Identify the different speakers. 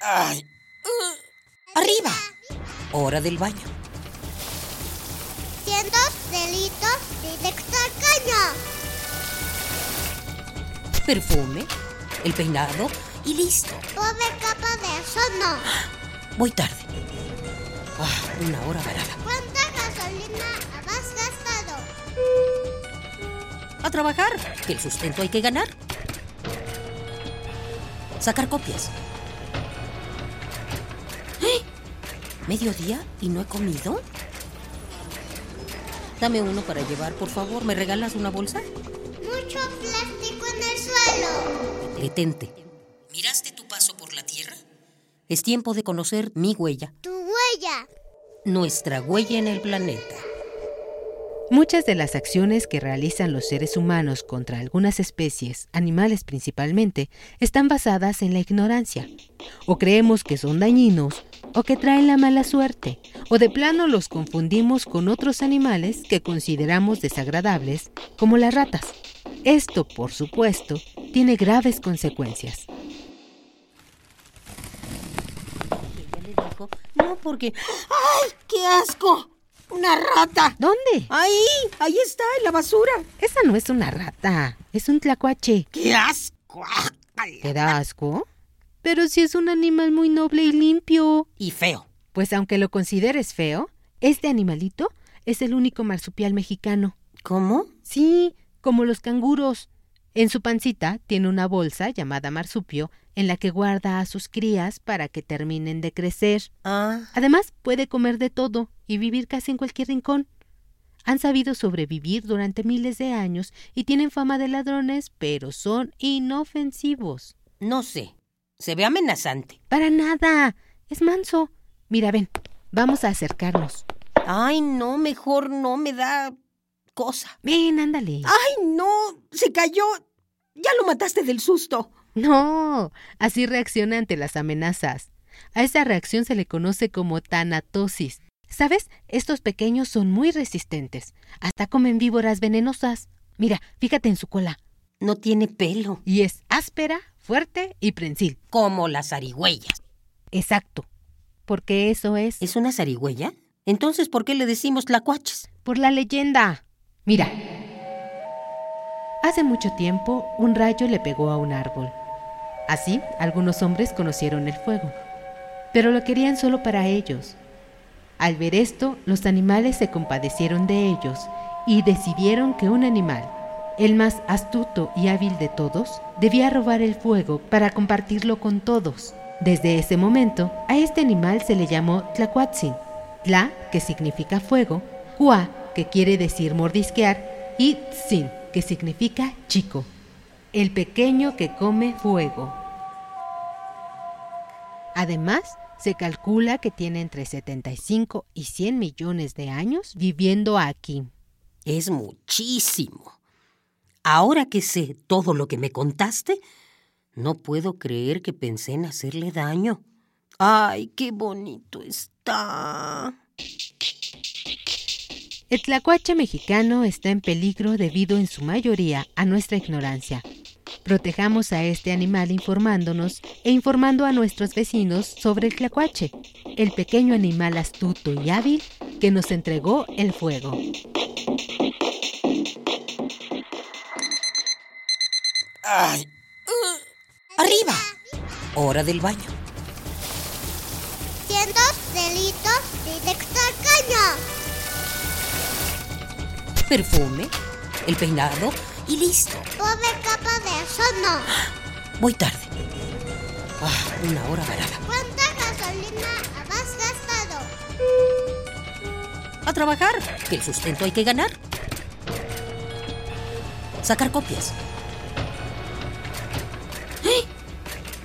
Speaker 1: Ay.
Speaker 2: Uh. Arriba. Hora del baño.
Speaker 3: Cientos delitos directo al caño.
Speaker 2: Perfume, el peinado y listo.
Speaker 3: Pobre capa de ozono.
Speaker 2: Voy tarde. Ah, una hora varada.
Speaker 3: ¿Cuánta gasolina has gastado?
Speaker 2: A trabajar, que el sustento hay que ganar. Sacar copias. ¡Eh! ¿Mediodía y no he comido? Dame uno para llevar, por favor. ¿Me regalas una bolsa?
Speaker 3: Mucho plástico en el suelo.
Speaker 2: Detente. ¿Miraste tu paso por la Tierra? Es tiempo de conocer mi huella,
Speaker 3: Tu huella.
Speaker 2: nuestra huella en el planeta.
Speaker 4: Muchas de las acciones que realizan los seres humanos contra algunas especies, animales principalmente, están basadas en la ignorancia. O creemos que son dañinos, o que traen la mala suerte, o de plano los confundimos con otros animales que consideramos desagradables, como las ratas. Esto, por supuesto, tiene graves consecuencias.
Speaker 2: Ella le dijo, no, porque...
Speaker 1: ¡Ay, qué asco! ¡Una rata!
Speaker 4: ¿Dónde?
Speaker 1: ¡Ahí! ¡Ahí está, en la basura!
Speaker 4: Esa no es una rata, es un tlacuache.
Speaker 1: ¡Qué asco! ¡Ay!
Speaker 4: ¿Te da asco? Pero si es un animal muy noble y limpio.
Speaker 2: Y feo.
Speaker 4: Pues aunque lo consideres feo, este animalito es el único marsupial mexicano.
Speaker 2: ¿Cómo?
Speaker 4: Sí, como los canguros. En su pancita tiene una bolsa llamada marsupio en la que guarda a sus crías para que terminen de crecer.
Speaker 2: Ah,
Speaker 4: Además, puede comer de todo y vivir casi en cualquier rincón. Han sabido sobrevivir durante miles de años y tienen fama de ladrones, pero son inofensivos.
Speaker 2: no sé. Se ve amenazante.
Speaker 4: Para nada. Es manso. Mira, ven, vamos a acercarnos.
Speaker 2: Ay, no, mejor no, me da cosa.
Speaker 4: Ven, ándale.
Speaker 1: ¡Ay, no! ¡Se cayó! ¡Ya lo mataste del susto!
Speaker 4: No, así reacciona ante las amenazas. A esa reacción se le conoce como tanatosis. ¿Sabes? Estos pequeños son muy resistentes. Hasta comen víboras venenosas. Mira, fíjate en su cola.
Speaker 2: No tiene pelo.
Speaker 4: Y es áspera, fuerte y prensil.
Speaker 2: Como las zarigüeyas.
Speaker 4: Exacto. Porque eso es,
Speaker 2: ¿Es una zarigüeya? Entonces, ¿por qué le decimos tlacuaches?
Speaker 4: por la leyenda. Mira. Hace mucho tiempo, un rayo le pegó a un árbol. Así, algunos hombres conocieron el fuego, pero lo querían solo para ellos. Al ver esto, los animales se compadecieron de ellos y decidieron que un animal, el más astuto y hábil de todos, debía robar el fuego para compartirlo con todos. Desde ese momento, a este animal se le llamó Tlacuatzin, Tla, que significa fuego, Cua, que quiere decir mordisquear, y Tzin, que significa chico, el pequeño que come fuego. Además, se calcula que tiene entre 75 y 100 millones de años viviendo aquí.
Speaker 2: Es muchísimo. Ahora que sé todo lo que me contaste, no puedo creer que pensé en hacerle daño. ¡Ay, qué bonito está!
Speaker 4: El tlacuache mexicano está en peligro debido en su mayoría a nuestra ignorancia. Protejamos a este animal informándonos e informando a nuestros vecinos sobre el tlacuache, el pequeño animal astuto y hábil que nos entregó el fuego.
Speaker 1: ¡Ay!
Speaker 3: Uh.
Speaker 2: ¡Arriba! Hora del baño.
Speaker 3: Cientos delitos directo al caño.
Speaker 2: Perfume, el peinado y listo.
Speaker 3: Pobre capa de ozono.
Speaker 2: Voy tarde. Ah, una hora varada.
Speaker 3: ¿Cuánta gasolina has gastado?
Speaker 2: A trabajar, que el sustento hay que ganar. Sacar copias. ¡Eh!